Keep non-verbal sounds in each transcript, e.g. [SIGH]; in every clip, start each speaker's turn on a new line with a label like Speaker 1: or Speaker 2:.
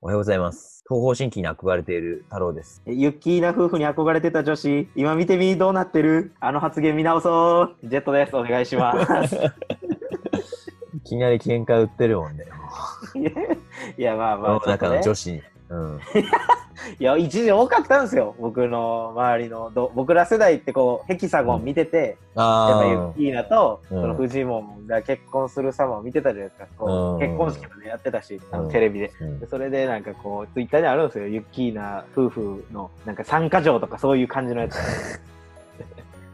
Speaker 1: おはようございます。東方神起に憧れている太郎です。
Speaker 2: ユッキーな夫婦に憧れてた女子、今見てみ、どうなってるあの発言見直そう。ジェットです。お願いします。 [LAUGHS]
Speaker 1: いきなり喧嘩売ってるもんね。
Speaker 2: いや、まあま
Speaker 1: 世
Speaker 2: あ、
Speaker 1: の中の
Speaker 2: ち
Speaker 1: 女
Speaker 2: ょっとね
Speaker 1: 子に。
Speaker 2: [LAUGHS]
Speaker 1: うん。
Speaker 2: いや、一時多かったんですよ。僕の周りの、ど僕ら世代ってこう、ヘキサゴン見てて、やっぱユ
Speaker 1: あ
Speaker 2: ッキーナと、
Speaker 1: うん
Speaker 2: そのフジモンが結婚する様を見てたじゃないですか。こう
Speaker 1: うん
Speaker 2: 結婚式までやってたし、あ
Speaker 1: う
Speaker 2: の
Speaker 1: ん
Speaker 2: テレビで。
Speaker 1: ー。うん
Speaker 2: でそれでなんかこう、ツイッターにあるんですよ。ユッキーな夫婦のなんか参加状とかそういう感じのやつ。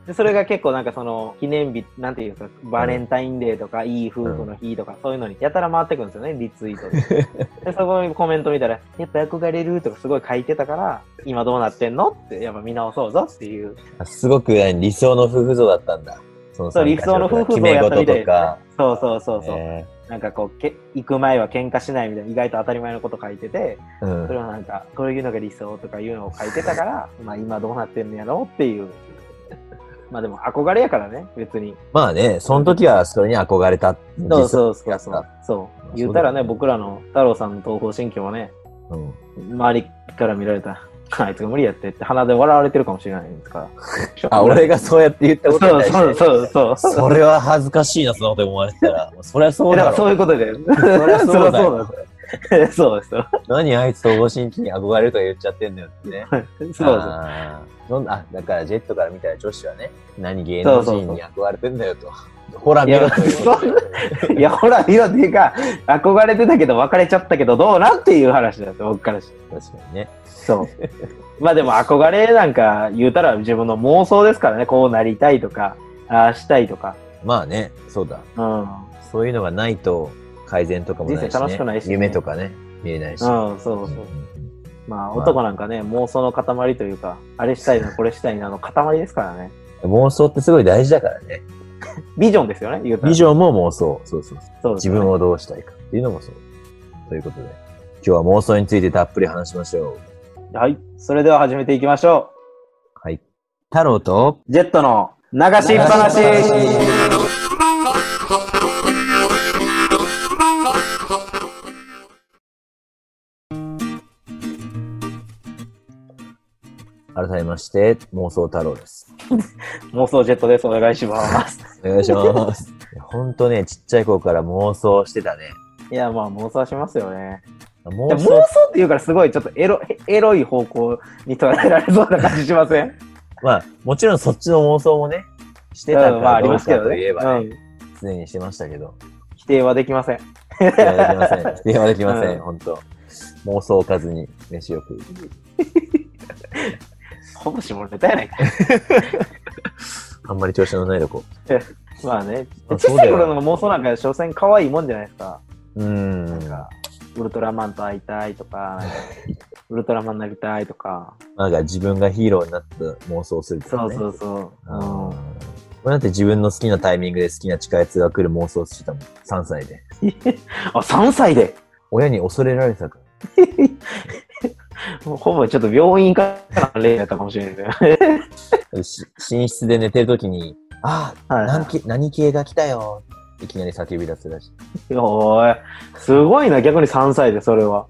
Speaker 2: でそれが結構なんかその記念日、なんていうんですか、バレンタインデーとか、いい夫婦の日とか、そういうのにやたら回ってくるんですよね、リツイートで。で、そこにコメント見たら、やっぱ憧れるとかすごい書いてたから、今どうなってんのって、やっぱ見直そうぞっていう。
Speaker 1: あすごくね理想の夫婦像だったんだ。その
Speaker 2: そ
Speaker 1: 参
Speaker 2: う、理
Speaker 1: 加
Speaker 2: 想の
Speaker 1: 条
Speaker 2: 夫婦像を
Speaker 1: 件
Speaker 2: や
Speaker 1: と
Speaker 2: ったみた
Speaker 1: か決め事
Speaker 2: いで
Speaker 1: と
Speaker 2: す、ね
Speaker 1: か。。
Speaker 2: そうそうそうそう。
Speaker 1: え
Speaker 2: なんかこうけ、行く前は喧嘩しないみたいな、意外と当たり前のこと書いてて、
Speaker 1: ーうん
Speaker 2: それはなんか、こういうのが理想とかいうのを書いてたから、まあ今どうなってんのやろうっていう。 [LAUGHS] まあでも憧れやからね、別に。
Speaker 1: まあね、その時はそれに憧れた。
Speaker 2: そう
Speaker 1: う。
Speaker 2: そうそうそ
Speaker 1: まあ
Speaker 2: う。そ
Speaker 1: そうだよね
Speaker 2: う。言うたらね、僕らの太郎さんの東方神起もね、
Speaker 1: うん、
Speaker 2: 周りから見られた、 [LAUGHS] あいつが無理やってって鼻で笑われてるかもしれないですから。
Speaker 1: [LAUGHS] あ、俺がそうやって言ったこと
Speaker 2: そう
Speaker 1: に対して
Speaker 2: そうそうそう。
Speaker 1: それは恥ずかしいな、そんなこと思われてた
Speaker 2: [LAUGHS]
Speaker 1: ら。もうそりゃそう
Speaker 2: だか
Speaker 1: だ
Speaker 2: らそ
Speaker 1: ろ。
Speaker 2: ういうことで。
Speaker 1: そりゃそうだ
Speaker 2: そ
Speaker 1: よ。
Speaker 2: うだ [LAUGHS] そうです。そう
Speaker 1: 何あいつ東方神起に憧れるとか言っちゃってんだよってね。
Speaker 2: ですそうです。
Speaker 1: あーどんあだからジェットから見たら女子はね何芸能人に憧れてんだよとほら見ろということ
Speaker 2: いいや、ほら、いや、っていうか、憧れてたけど、別れちゃったけど、どうなんっていう話だよ、僕からして。
Speaker 1: 確かにね
Speaker 2: そう。 [LAUGHS] まあでも、憧れなんか言うたら自分の妄想ですからね、こうなりたいとか、ああしたいとか。
Speaker 1: まあねそうだ
Speaker 2: う
Speaker 1: そういうのがないと改善とかもないし、ね、
Speaker 2: 人生楽しくないしね
Speaker 1: 夢とかね見えないし、
Speaker 2: ん。うん、そう
Speaker 1: う
Speaker 2: そ
Speaker 1: ん
Speaker 2: う。まあ、男なんかね、妄想の塊というか、あれしたい [LAUGHS] な、これしたいなの塊ですからね。
Speaker 1: 妄想ってすごい大事だからね
Speaker 2: ビジョンですよね、言うたら。
Speaker 1: ビジョンも妄想そうそうそう
Speaker 2: そうです
Speaker 1: 自分をどうしたいかっていうのもそうということで今日は妄想についてたっぷり話しましょう
Speaker 2: はい。それでは始めていきましょ
Speaker 1: はい太郎と
Speaker 2: う。ジェットの流しっぱなし。
Speaker 1: 改めまして妄想太郎です
Speaker 2: 妄想ジェットです。お願いし [LAUGHS] ます。
Speaker 1: お願いします。ほんとね、ちっちゃい頃から妄想してたね。
Speaker 2: いや、まあ、妄想はしますよね。
Speaker 1: 妄
Speaker 2: でも妄
Speaker 1: 想、
Speaker 2: 想っていうからすごいちょっとエロエロい方向に捉えられそうな感じしません
Speaker 1: まあ、もちろんそっちの妄想もね、してた
Speaker 2: うんまあ
Speaker 1: か
Speaker 2: あり
Speaker 1: どう
Speaker 2: ます
Speaker 1: か
Speaker 2: けど
Speaker 1: といえ
Speaker 2: ね、
Speaker 1: ば
Speaker 2: う
Speaker 1: ね、
Speaker 2: ん、
Speaker 1: 常にしてましたけど、
Speaker 2: 否定はできません
Speaker 1: 否定はできません。否定はできませ
Speaker 2: うん
Speaker 1: ん、ほんと。妄想おかずに飯を食う。
Speaker 2: ほぼ下ネタやないか
Speaker 1: あんまり調子のないとこ。
Speaker 2: まあね
Speaker 1: あそ
Speaker 2: 小
Speaker 1: うだ
Speaker 2: さ
Speaker 1: よ
Speaker 2: い頃の妄想なんか所詮可愛いもんじゃないですか
Speaker 1: うーん。
Speaker 2: ウルトラマンと会いたいと [LAUGHS] かウルトラマンになりたいとか
Speaker 1: なんか自分がヒーローになった妄想すると
Speaker 2: そ
Speaker 1: か、
Speaker 2: う
Speaker 1: ね。
Speaker 2: そうそう、
Speaker 1: うん。
Speaker 2: うん
Speaker 1: 俺だって自分の好きなタイミングで好きな地下鉄が来る妄想してたもん。3歳で。
Speaker 2: あ3歳で
Speaker 1: 親に恐れられてたから。
Speaker 2: ほぼちょっと病院からの例だったかもしれないけど
Speaker 1: し寝室で寝てるときに、あ
Speaker 2: [LAUGHS]
Speaker 1: あ、何系何系が来たよ。いきなり叫び出すらしい。
Speaker 2: おいすごいな逆に3歳でそれは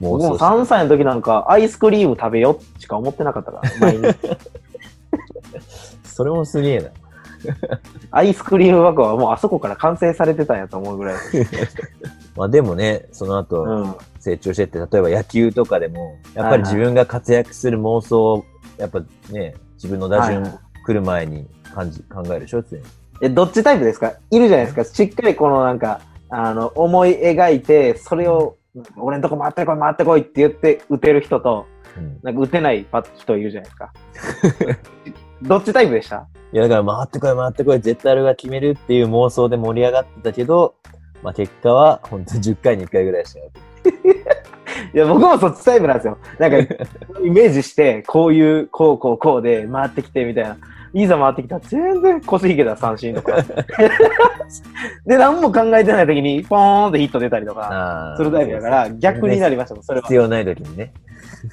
Speaker 1: 妄
Speaker 2: 僕も
Speaker 1: 想し
Speaker 2: う
Speaker 1: て
Speaker 2: 3歳の時なんかアイスクリーム食べようしか思ってなかったから毎 [LAUGHS] 日
Speaker 1: それもすげえな。
Speaker 2: アイスクリーム箱はもうあそこから完成されてたんやと思うぐらい、
Speaker 1: まあでもね、その後
Speaker 2: うん、
Speaker 1: 成長してって、例えば野球とかでも、やっぱり
Speaker 2: はいはい
Speaker 1: 自分が活躍する妄想を、やっぱね、自分の打順
Speaker 2: はい
Speaker 1: 来る前に感じ、考えるでしょ、常に。
Speaker 2: えどっちタイプですかいるじゃないですかしっかりこのなんかあの思い描いてそれを俺のとこ回ってこい回ってこいって言って打てる人と
Speaker 1: うん
Speaker 2: なんか打てないパッ人いるじゃないで
Speaker 1: [LAUGHS]
Speaker 2: すかどっちタイプでした
Speaker 1: いや、だから回ってこい回ってこい、絶対あれが決めるっていう妄想で盛り上がってたけど、まあ結果は、本当10回に1回ぐらいしかやってない
Speaker 2: いや僕もそっちタイプなんですよなんかイメージしてこういうこうこうこうで回ってきてみたいないざ回ってきたら全然腰引けた三振とか [LAUGHS] で何も考えてない時にポーンってヒット出たりとか
Speaker 1: あー
Speaker 2: するタイプだから逆になりましたもんそれは
Speaker 1: 必要ない時にね。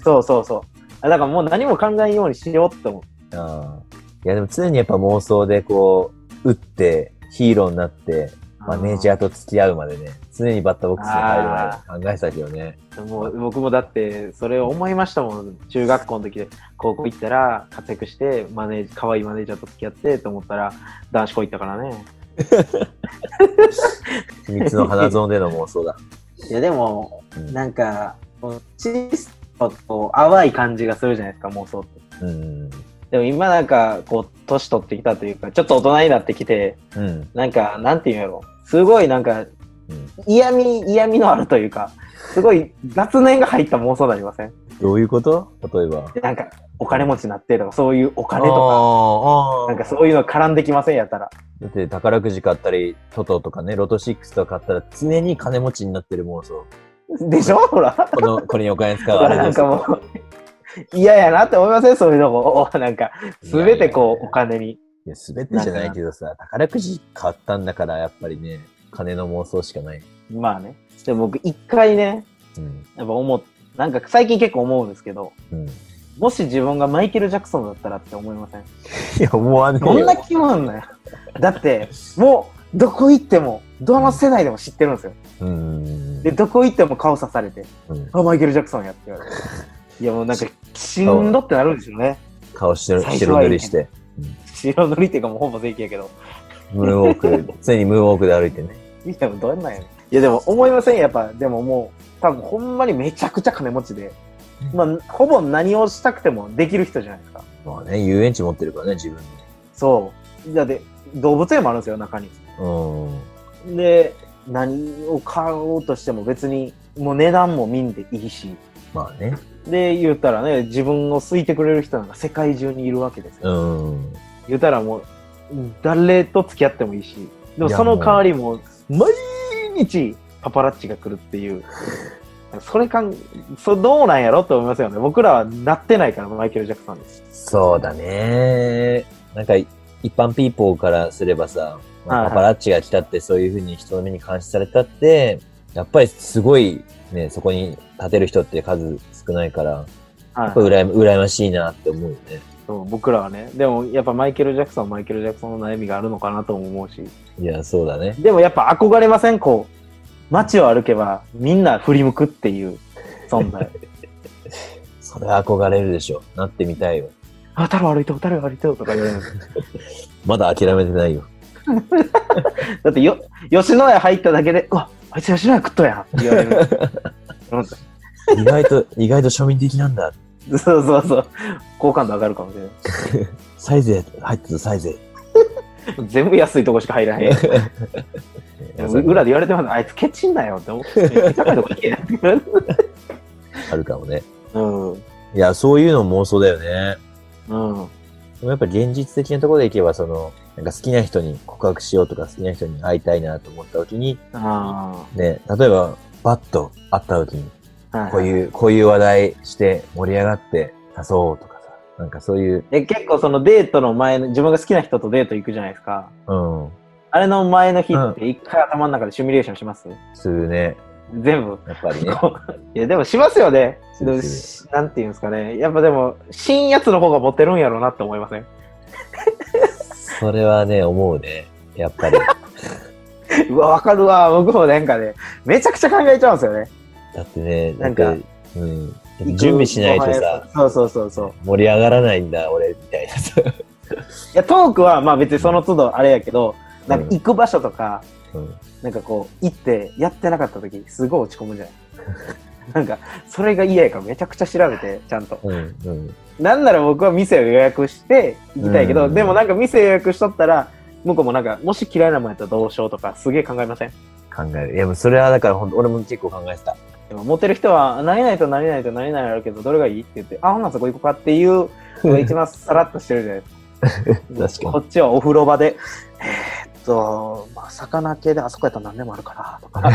Speaker 2: そうそうそうあだからもう何も考えんようにしようって思う
Speaker 1: ああ。いや、でも常にやっぱ妄想でこう、打って、ヒーローになって、マネージ
Speaker 2: ャー
Speaker 1: ャーと付き合うまでね、常にバッターボックスに入る
Speaker 2: あ
Speaker 1: 前に考えてたけどね。
Speaker 2: もう僕もだってそれを思いましたもん中学校の時で高校行ったら活躍してマネージ可愛いマネージャーと付き合ってと思ったら男子校行ったからね
Speaker 1: 秘密の花園での妄想だ。
Speaker 2: いやでも
Speaker 1: うん
Speaker 2: [LAUGHS] なんかこう小さなこう淡い感じがするじゃないですか妄想って
Speaker 1: うん。
Speaker 2: でも今なんかこう年取ってきたというかちょっと大人になってきて
Speaker 1: うん。
Speaker 2: なんかなんていうんやろすごいなんか
Speaker 1: うん
Speaker 2: 嫌味嫌味のあるというかすごい雑念が入った妄想になりません
Speaker 1: どういうこと例えば。
Speaker 2: なんかお金持ちになってとかそういうお金とか
Speaker 1: あ
Speaker 2: なん
Speaker 1: ー
Speaker 2: かそういうの絡んできませんやったら。
Speaker 1: だって宝くじ買ったり、トトとかね、ロト6とか買ったら常に金持ちになってる妄想。
Speaker 2: でしょほら。
Speaker 1: この、 [LAUGHS] これにお金使う
Speaker 2: ほ
Speaker 1: あ
Speaker 2: ら
Speaker 1: れ
Speaker 2: な
Speaker 1: で
Speaker 2: ん
Speaker 1: す
Speaker 2: か。もう嫌やなって思いませんそういうのも。なんか、すべてこう、お金に。
Speaker 1: いや、滑ってじゃないけどさ、宝くじ買ったんだから、やっぱりね、金の妄想しかない。
Speaker 2: まあね。でも僕、一回ね、
Speaker 1: うん。
Speaker 2: やっぱ思っなんか最近結構思うんですけど、
Speaker 1: うん。い
Speaker 2: もし自分がマイケル・ジャクソンだったらって思いませ
Speaker 1: [LAUGHS]
Speaker 2: ん
Speaker 1: や、思わねえよ。
Speaker 2: どんな気分なんだよ。だって、もう、どこ行っても、どの世代でも知ってるんですよ。
Speaker 1: うん。
Speaker 2: で、どこ行っても顔刺されて、
Speaker 1: うん
Speaker 2: あ、マイケル・ジャクソンやって言われて。いやもうなんか、しんどってなるんですよね。
Speaker 1: 顔して、
Speaker 2: 最初
Speaker 1: 白
Speaker 2: はい
Speaker 1: 塗
Speaker 2: いね
Speaker 1: りして。
Speaker 2: 白塗りっていうかもうほぼ正規やけど。
Speaker 1: ムーンウォーク、常にムーンウォークで歩いてね。
Speaker 2: いや、どんなんやねん。いや、でも思いませんやっぱ、でももう、多分ほんまにめちゃくちゃ金持ちで、まあ、ほぼ何をしたくてもできる人じゃないですか。
Speaker 1: まあね、遊園地持ってるからね、自分で。
Speaker 2: そう。だって、動物園もあるんですよ、中に。
Speaker 1: うん。
Speaker 2: で、何を買おうとしても別に、もう値段も見んでいいし、
Speaker 1: まあね。
Speaker 2: で、言ったらね、自分を好いてくれる人なんか世界中にいるわけですよ。
Speaker 1: うん。
Speaker 2: 言ったらもう、誰と付き合ってもいいし、でも
Speaker 1: いや
Speaker 2: その代わりもう、毎日パパラッチが来るっていう、それかん、そどうなんやろって思いますよね。僕らはなってないから、マイケル・ジャクソンです。
Speaker 1: そうだね。なんか、一般ピーポーからすればさ、ま
Speaker 2: はいは
Speaker 1: あ、
Speaker 2: い
Speaker 1: パパラッチが来たって、そういうふうに人の目に監視されたって、やっぱりすごい、ね、そこに立てる人って数少ないから、やっ
Speaker 2: はい
Speaker 1: ぱ羨ま羨ましいなって思うよね。
Speaker 2: そう僕らはね。でも、やっぱマイケル・ジャクソンはマイケル・ジャクソンの悩みがあるのかなとも思うし。
Speaker 1: いや、そうだね。
Speaker 2: でもやっぱ憧れませんこう、街を歩けばみんな振り向くっていう存在。
Speaker 1: それは憧れるでしょ。なってみたいよ。
Speaker 2: あ、太郎歩いてよ、太郎歩いてよとか言われるんですよ
Speaker 1: まだ諦めてないよ。
Speaker 2: だってよ、吉野家入っただけで、うわ、あいつ吉野家食ったやんって言われる。 [LAUGHS] うん
Speaker 1: 意外
Speaker 2: [LAUGHS]
Speaker 1: と、意外と庶民的なんだ。
Speaker 2: そうそうそう。好感度上がるかもしれない。
Speaker 1: サイゼ入ってたサイゼ。
Speaker 2: 全部安いとこしか入
Speaker 1: [LAUGHS]
Speaker 2: らへん。裏
Speaker 1: 裏
Speaker 2: で言われてます。あいつケチんなよって思って。高
Speaker 1: [LAUGHS]
Speaker 2: いとこ行け。
Speaker 1: あるかもね。
Speaker 2: うん。
Speaker 1: いや、そういうのも妄想だよね。
Speaker 2: うん。
Speaker 1: でもやっぱり現実的なところでいけば、その、なんか好きな人に告白しようとか、好きな人に会いたいなと思った時に、
Speaker 2: あ
Speaker 1: ね、例えば、バッと会った時に、
Speaker 2: あ。は
Speaker 1: こう
Speaker 2: う。
Speaker 1: いう、こういう話題して盛り上がって誘おうとかさ、なんかそういう、
Speaker 2: え、結構そのデートの前の、自分が好きな人とデート行くじゃないですか。
Speaker 1: うん、
Speaker 2: あれの前の日って一回頭の中でシミュレーションします、
Speaker 1: するね、
Speaker 2: 全部。
Speaker 1: やっぱりね。
Speaker 2: こう [LAUGHS] いや、でもしますよね。
Speaker 1: す
Speaker 2: で
Speaker 1: る
Speaker 2: もしなんていうんですかね。やっぱでも、新やつの方がモテるんやろうなって思いません [LAUGHS]
Speaker 1: それはね、思うね。やっ [LAUGHS] ぱり。
Speaker 2: うわ、わかるわ。僕もなんかね、めちゃくちゃ考えちゃうんですよね。
Speaker 1: だってね、
Speaker 2: な
Speaker 1: なんん
Speaker 2: か
Speaker 1: か、うん。準備しないとさ、
Speaker 2: そうそうそうそう
Speaker 1: 盛り上がらないんだ、俺、みたいなさ。
Speaker 2: いやトークはまあ別にその都度あれやけどなんか
Speaker 1: うん
Speaker 2: 行く場所とか、
Speaker 1: うん
Speaker 2: なんかこう行ってやってなかった時すごい落ち込む
Speaker 1: [LAUGHS]
Speaker 2: じゃないなんかそれが嫌やからめちゃくちゃ調べてちゃんと
Speaker 1: うん、うん。
Speaker 2: なんなら僕は店を予約して行きたいけど、
Speaker 1: うん
Speaker 2: でもなんか店予約しとったら向こうもなんかもし嫌いなもんやったらどうしようとかすげえ考えません
Speaker 1: 考える。いや、もうそれはだから、ほんと俺も結構考えてた。
Speaker 2: でもモテる人はなれないとなれないとなれないあるけどどれがいいって言ってあほんならそこ行こうかっていうのが一番さらっとしてるじゃないですか [LAUGHS]
Speaker 1: 確か
Speaker 2: こっちはお風呂場で、えーっと、まあ、魚系であそこやったら何でもあ [LAUGHS] るから、とか。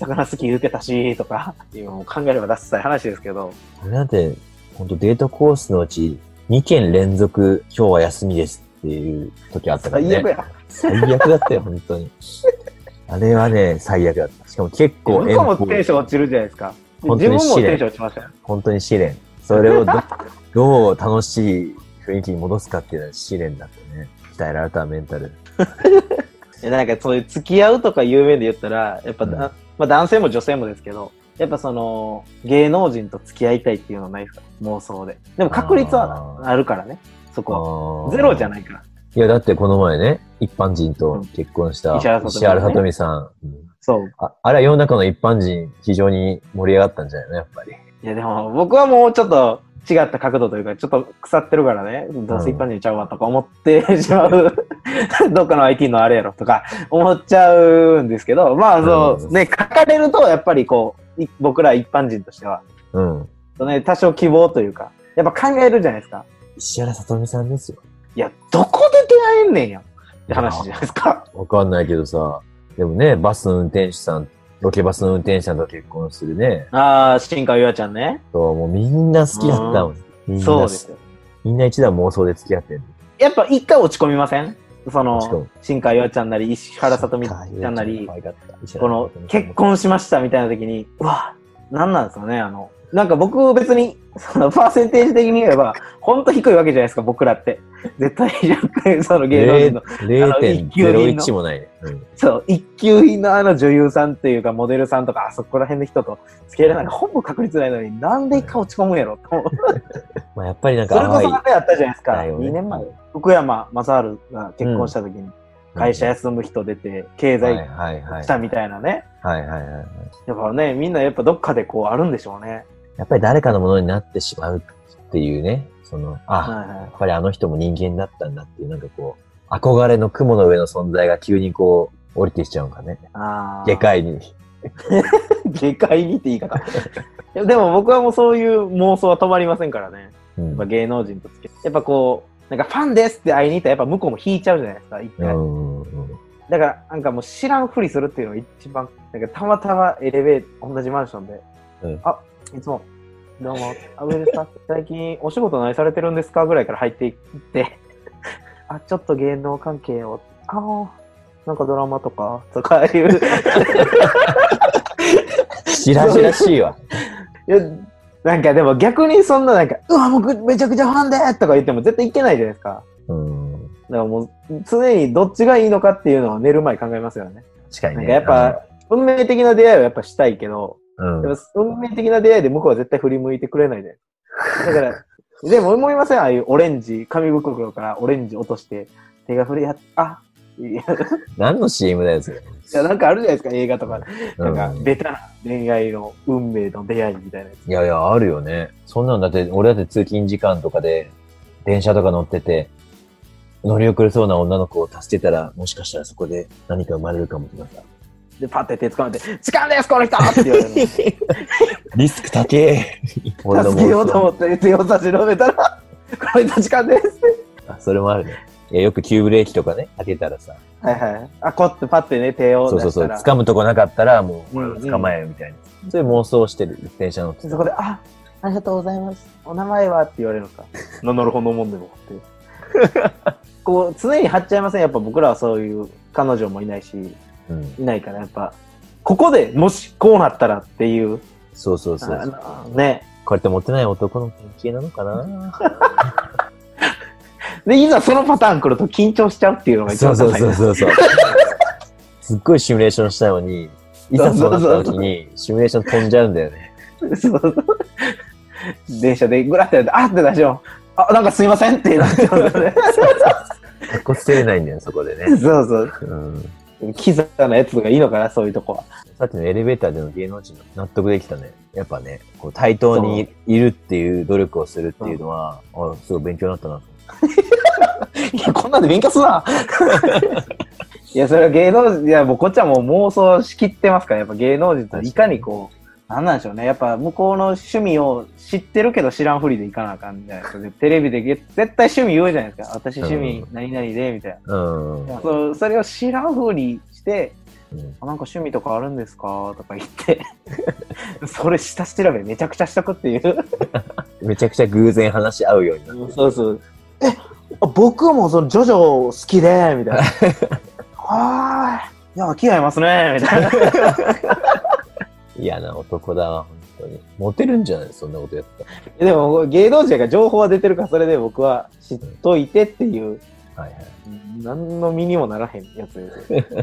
Speaker 2: 魚好き言うてたし、とか。今もう考えればダッサい話ですけど。
Speaker 1: に。なんて、ほんとデートコースのうち、2件連続、今日は休みですっていう時あったから
Speaker 2: 最悪
Speaker 1: ね。
Speaker 2: や。
Speaker 1: 最悪だったよ、本当に。あれはね、最悪だった。しかも結
Speaker 2: 向
Speaker 1: 構
Speaker 2: こ
Speaker 1: 遠
Speaker 2: うもテンション落ちるじゃないですか。
Speaker 1: 本当
Speaker 2: 自
Speaker 1: に
Speaker 2: 分も
Speaker 1: 試練
Speaker 2: テンション落ちましたよ。
Speaker 1: 本当に試練。それをどどう楽しい雰囲気に戻すかっていうのは試練だったね。鍛えられたメンタル。
Speaker 2: えなんかそういう付き合うとかいう面で言ったら、やっぱだ、
Speaker 1: うん
Speaker 2: まあ男性も女性もですけど、やっぱその芸能人と付き合いたいっていうのはないですか妄想で。でも確率は
Speaker 1: あー
Speaker 2: あるからね、そこは。
Speaker 1: ゼ
Speaker 2: ゼロじゃ
Speaker 1: い
Speaker 2: ないから。
Speaker 1: いや、だってこの前ね、一般人と結婚した
Speaker 2: うん石原さとみさんね
Speaker 1: 石原さとみさん。うん
Speaker 2: そう。
Speaker 1: ああれは世の中の一般人、非常に盛り上がったんじゃないのやっぱり。
Speaker 2: いやでも僕はもうちょっと違った角度というか、ちょっと腐ってるからね、どうせ一般人ちゃうわとか思ってしまう、 [LAUGHS] どっかの IT のあれやろとか思っちゃうんですけど、まあそう、
Speaker 1: うん
Speaker 2: ね、書かれるとやっぱりこう、い僕ら一般人としては、
Speaker 1: うん。
Speaker 2: ね、多少希望というか、やっぱ考えるじゃないですか。
Speaker 1: 石原さとみさんですよ。
Speaker 2: いや、どこで出会えんねんやって話じゃないですか。
Speaker 1: わかんないけどさ、でもね、バスの運転手さん、ロケバスの運転手さんと結婚するね。
Speaker 2: [LAUGHS] ああ、新川優愛ちゃんね。
Speaker 1: そう、もうみんな好きだったもん。みんな
Speaker 2: そうですよ。
Speaker 1: みんな一段妄想で付き合ってる。
Speaker 2: やっぱ一回落ち込みませんそ
Speaker 1: 落ち込
Speaker 2: の
Speaker 1: む、
Speaker 2: 新川優愛ちゃんなり、石原さとみちゃんなり
Speaker 1: 可、愛かった
Speaker 2: この結。婚しましたみたいな時に、うわ、なんなんですかね、あの、なんか僕別に、そのパーセンテージ的に言えば、ほんと低いわけじゃないですか、僕らって。 [LAUGHS] 絶対低い、その芸能人の、
Speaker 1: 0.01もないね。うん
Speaker 2: そう、一級品のあの女優さんっていうか、モデルさんとか、あそこら辺の人と付き合えるなんかほぼ確率ないのに、なんで顔落ち込むんやろと思う。
Speaker 1: まあやっぱりなん
Speaker 2: それ
Speaker 1: か
Speaker 2: こ
Speaker 1: 淡
Speaker 2: そ
Speaker 1: い。
Speaker 2: あれやったじゃないですか、
Speaker 1: だよね
Speaker 2: 2年前。福山雅治が結婚した時に、会社休む人出て、経
Speaker 1: はい
Speaker 2: 済
Speaker 1: はいはい。
Speaker 2: したみたいなね。
Speaker 1: はいはいはい。
Speaker 2: だからね、みんなやっぱどっかでこうあるんでしょうね。
Speaker 1: やっぱり誰かのものになってしまうっていうね、その、あ、
Speaker 2: はいはい
Speaker 1: やっぱりあの人も人間だったんだっていう、なんかこう、憧れの雲の上の存在が急にこう、降りてきちゃうんかね。
Speaker 2: あー
Speaker 1: 下。界に。
Speaker 2: 下界にって言い方。 [LAUGHS] でも僕はもうそういう妄想は止まりませんからね。
Speaker 1: うん
Speaker 2: やっぱ芸能人と付き合って。やっぱこう、なんかファンですって会いに行ったらやっぱ向こうも引いちゃうじゃないですか、一
Speaker 1: う
Speaker 2: 回。
Speaker 1: んうんうん
Speaker 2: だからなんかもう知らんふりするっていうのが一番、なんかたまたまエレベーター、同じマンションで、
Speaker 1: うん
Speaker 2: あ、いつも、どうも、あ、上ですか [LAUGHS] 最近お仕事何されてるんですかぐらいから入っていって、 [LAUGHS] あ、ちょっと芸能関係を、あーなんかドラマとか、とかいう。
Speaker 1: 白々しいわ。
Speaker 2: いや、なんかでも逆にそんななんか、うわ、僕めちゃくちゃファンでとか言っても絶対いけないじゃないですか。
Speaker 1: うん。
Speaker 2: だからもう常にどっちがいいのかっていうのを寝る前に考えますよね。
Speaker 1: 確かに
Speaker 2: なん
Speaker 1: ね。
Speaker 2: かやっぱ運命的な出会いはやっぱしたいけど、
Speaker 1: あの、
Speaker 2: で
Speaker 1: うん
Speaker 2: も運命的な出会いで向こうは絶対振り向いてくれないじゃないですか。だから、 [LAUGHS] でも思いませんああいうオレンジ、紙袋からオレンジ落として手が振り合って、あいやい
Speaker 1: 何の CM だよ、それ。
Speaker 2: やなんかあるじゃないですか、映画とか。
Speaker 1: う
Speaker 2: なん
Speaker 1: ん
Speaker 2: か、ベタな恋愛の運命の出会いみたいなやつ。
Speaker 1: いやいや、あるよね。そんなんだって、俺だって通勤時間とかで、電車とか乗ってて、乗り遅れそうな女の子を助けたら、もしかしたらそこで何か生まれるかもとかさ。
Speaker 2: で、パッて手掴まれて、時間です、この人って言われるの。
Speaker 1: リスク高え俺の
Speaker 2: 助けようと
Speaker 1: も
Speaker 2: 思って手を差し伸べたら、 [LAUGHS] この人時間です。
Speaker 1: あそれもあるね。いやよく急ブレーキとかね、開けたらさ、
Speaker 2: はいはい。あ、こってパッてね、手を
Speaker 1: そう
Speaker 2: 出
Speaker 1: そう
Speaker 2: し
Speaker 1: そう、
Speaker 2: たら。
Speaker 1: 掴むとこなかったら、もう、
Speaker 2: うんうん
Speaker 1: 捕まえよみたいな。そういう妄想してる、電車乗ってた
Speaker 2: そこで、あ、ありがとうございます。お名前はって言われるの
Speaker 1: [LAUGHS]
Speaker 2: か。な、なるほど、もんでも。って。 [LAUGHS] こう、常に張っちゃいません。やっぱ僕らはそういう、彼女もいないし、
Speaker 1: うん。
Speaker 2: いないから、やっぱ、ここでもしこうなったらっていう、
Speaker 1: そうそうそう
Speaker 2: あ
Speaker 1: そう。
Speaker 2: のね。
Speaker 1: これって持ってない男の典型なのかな
Speaker 2: で、いざそのパターン来ると緊張しちゃうっていうのが一
Speaker 1: そう
Speaker 2: 番
Speaker 1: そう
Speaker 2: 高い
Speaker 1: そうそうそう。すっごいシミュレーションしたのに、いざそうなった時に、シミュレーション飛んじゃうんだよね。
Speaker 2: そう [LAUGHS] そう。電車でグラッてやって、あって出しても、あ、なんかすいませんってなっちゃうん [LAUGHS] だよね。
Speaker 1: かっこつけれないんだよ、そこでね。
Speaker 2: そうそう。
Speaker 1: うん。
Speaker 2: キザなやつとかいいのかな、そういうとこは。
Speaker 1: さっきのエレベーターでの芸能人の納得できたね。やっぱね、こう対等にいるっていう努力をするっていうのは、あすごい勉強になったなと
Speaker 2: いや、こんなんで勉強すな。 [LAUGHS] いや、それは芸能人、いや、もうこっちはもう妄想しきってますから、やっぱ芸能人といかにこう、なんなんでしょうね。やっぱ向こうの趣味を知ってるけど知らんふりでいかなあかんじゃないですか。でテレビでげ絶対趣味言うじゃないですか。私趣味何々で、みたい
Speaker 1: 思う。うん
Speaker 2: な。そうそれを知らんふりして、
Speaker 1: うん。
Speaker 2: あなんか趣味とかあるんですかとか言って、 [LAUGHS] それ下調べめちゃくちゃしとくっていう。
Speaker 1: めちゃくちゃ偶然話し合うようになる。
Speaker 2: そうそう。え、あ僕もそのジョジョ好きで、みたいな。 [LAUGHS] はーい。いや、気合いますね、みた [LAUGHS] いな。
Speaker 1: 嫌な男だわ、本当に。モテるんじゃないそんなことやってたら。
Speaker 2: でも、芸能人が情報は出てるから、それで僕は知っといてっていう
Speaker 1: はいはい。
Speaker 2: 何の身にもならへんやつです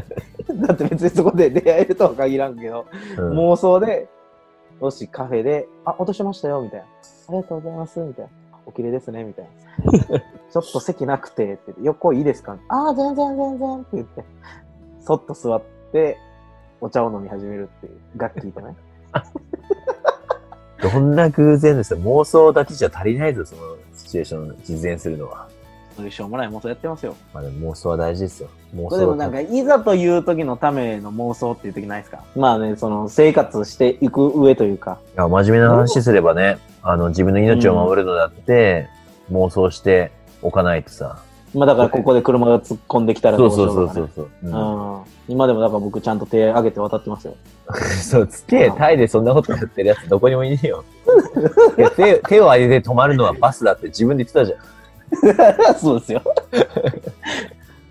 Speaker 2: [LAUGHS] よだって別にそこで出会えるとは限らんけど、
Speaker 1: うん
Speaker 2: 妄想で、もしカフェで、あ、落としましたよ、みたいな。ありがとうございます、みたいな。お綺麗ですね、みたいな。 [LAUGHS] ちょっと席なくて、って言って横いいですかああ、全然全然って言って、そっと座って、お茶を飲み始めるっていう、楽器と [LAUGHS] ね。
Speaker 1: どんな偶然ですよ。妄想だけじゃ足りないぞ、そのシチュエーションを実現するのは。
Speaker 2: そういうしょうもない妄想やってますよ。
Speaker 1: まあでも妄想は大事ですよ。妄
Speaker 2: でも
Speaker 1: 想
Speaker 2: なんか、いざという時のための妄想っていう時ないですかまあね、その生活していく上というか、
Speaker 1: いや、真面目な話すればね、あの、自分の命を守るのだって、妄想しておかないとさ。
Speaker 2: まあだからここで車が突っ込んできたら
Speaker 1: そう
Speaker 2: どうし
Speaker 1: そ
Speaker 2: よ
Speaker 1: う
Speaker 2: う
Speaker 1: そ
Speaker 2: と
Speaker 1: う
Speaker 2: か、
Speaker 1: そ
Speaker 2: ね
Speaker 1: う。そう。うん
Speaker 2: うん今でもだから僕ちゃんと手上げて渡ってますよ。
Speaker 1: [LAUGHS] そう、つって、タイでそんなことやってるやつどこにもいねえよ。いや手手を上げて止まるのはバスだって自分で言ってたじゃん。
Speaker 2: そうですよ。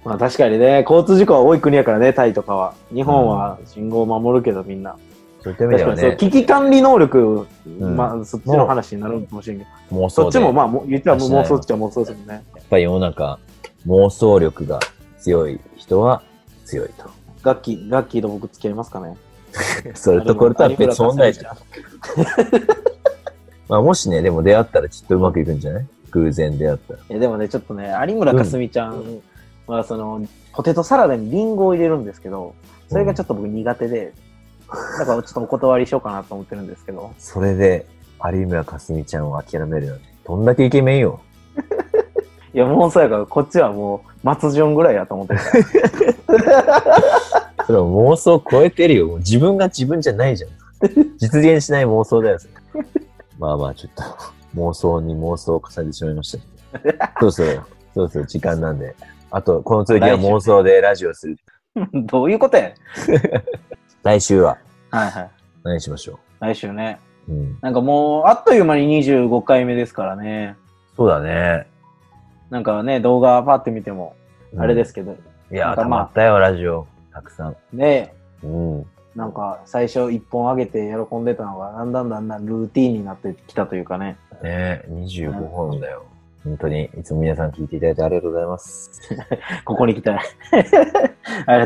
Speaker 2: まあ確かにね、交通事故は多い国やからね、タイとかは。日本は信号を守るけどみんな。
Speaker 1: そういった意味
Speaker 2: 確
Speaker 1: で
Speaker 2: か
Speaker 1: は
Speaker 2: にそう、
Speaker 1: ね、
Speaker 2: 危機管理能力、
Speaker 1: ん
Speaker 2: まあそっちの話になるかもしれんけど、
Speaker 1: 妄
Speaker 2: そ
Speaker 1: 想
Speaker 2: っち
Speaker 1: で、
Speaker 2: も
Speaker 1: やっ
Speaker 2: まあもう言ったらもう妄想っちゃ妄想ですもんね。
Speaker 1: ぱり世の中、妄想力が強い人は強いと。
Speaker 2: ガッキー、ガッキーと僕付き合いますかね
Speaker 1: それとこれとは別問題じゃん。
Speaker 2: ゃん。
Speaker 1: まあもしね、でも出会ったらきっとうまくいくんじゃない偶然出会ったら。
Speaker 2: いやでもね、ちょっとね、有村架純ちゃんは、その、ポテトサラダにリンゴを入れるんですけど、それがちょっと僕苦手で、だからちょっとお断りしようかなと思ってるんですけど、
Speaker 1: それで、有村架純ちゃんを諦めるなんて、どんだけイケメンよ。
Speaker 2: いや、もうそうやから、こっちはもう、松潤ぐらいやと思ってる。 [LAUGHS]
Speaker 1: それは妄想を超えてるよ。もう自分が自分じゃないじゃん。実現しない妄想だよ、それまあまあ、ちょっと、妄想に妄想を重ねてしまいましたけど。そうそう、そうそう、時間なんで。あと、この続きは妄想でラジオする。
Speaker 2: どういうことや
Speaker 1: 来週は
Speaker 2: はいはい。
Speaker 1: 何しましょ
Speaker 2: 来週ね。
Speaker 1: う。うん。
Speaker 2: なんかもう、あっという間に25回目ですからね。
Speaker 1: そうだね。
Speaker 2: なんかね、動画パって見ても、
Speaker 1: うん
Speaker 2: あれですけど、
Speaker 1: いやー、
Speaker 2: なんか
Speaker 1: た
Speaker 2: まあ
Speaker 1: まったよ、ラジオ。たくさん。
Speaker 2: ね、
Speaker 1: うん。
Speaker 2: なんか最初1本上げて喜んでたのが、だんだんだんだんルーティーンになってきたというかね。
Speaker 1: ね25本だよ。本当に、いつも皆さん聞いていただいてありがとうございます。
Speaker 2: ここに来 [LAUGHS] たい。あ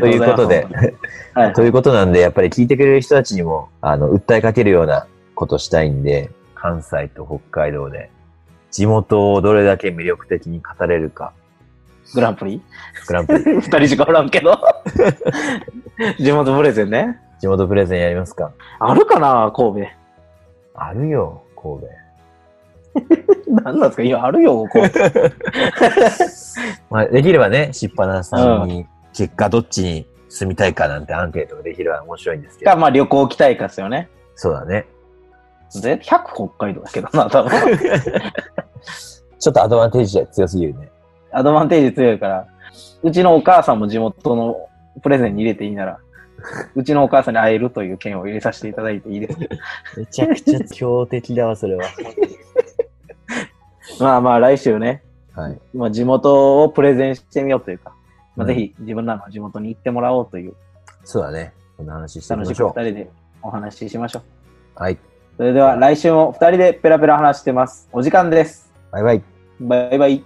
Speaker 1: と
Speaker 2: りがと
Speaker 1: いう
Speaker 2: ご
Speaker 1: う
Speaker 2: ざい
Speaker 1: こ
Speaker 2: ま
Speaker 1: と
Speaker 2: す。
Speaker 1: で、
Speaker 2: はい
Speaker 1: ということなんで、やっぱり聞いてくれる人たちにも、あの、訴えかけるようなことしたいんで、関西と北海道で、地元をどれだけ魅力的に語れるか、
Speaker 2: グランプリ
Speaker 1: グランプ [LAUGHS] リ、
Speaker 2: 二人しかおらんけど。 [LAUGHS] 地元プレゼンね。
Speaker 1: 地元プレゼンやりますか
Speaker 2: あるかな神
Speaker 1: あるよ、神戸。
Speaker 2: 戸。何なんですかいや、あるよ、神戸。
Speaker 1: まあ、できればね、しっぱなさんに、結果どっちに住みたいかなんてアンケートができれば面白いんですけ
Speaker 2: か、
Speaker 1: ど、
Speaker 2: まあ旅行来たいかっすよね。
Speaker 1: そうだね。
Speaker 2: で、100北海道だけどな、多分。 [LAUGHS]
Speaker 1: ちょっとアドバンテージ強すぎるね。
Speaker 2: アドバンテージ強いから。うちのお母さんも地元のプレゼンに入れていいなら、うちのお母さんに会えるという件を入れさせていただいていいですか
Speaker 1: めちゃくちゃ強敵だわ、それは。
Speaker 2: まあまあ来週ね、
Speaker 1: はい。
Speaker 2: まあ、地元をプレゼンしてみようというか、まあ、
Speaker 1: うん
Speaker 2: ぜひ自分らの地元に行ってもらおうという、
Speaker 1: そうだね。こんな話してみ
Speaker 2: 楽
Speaker 1: ま
Speaker 2: し
Speaker 1: し
Speaker 2: く二
Speaker 1: ょ
Speaker 2: 人でお話ししましょう。
Speaker 1: う。はい。
Speaker 2: それでは来週も二人でペラペラ話してます。お時間です。
Speaker 1: バイバイ。
Speaker 2: バイバイ。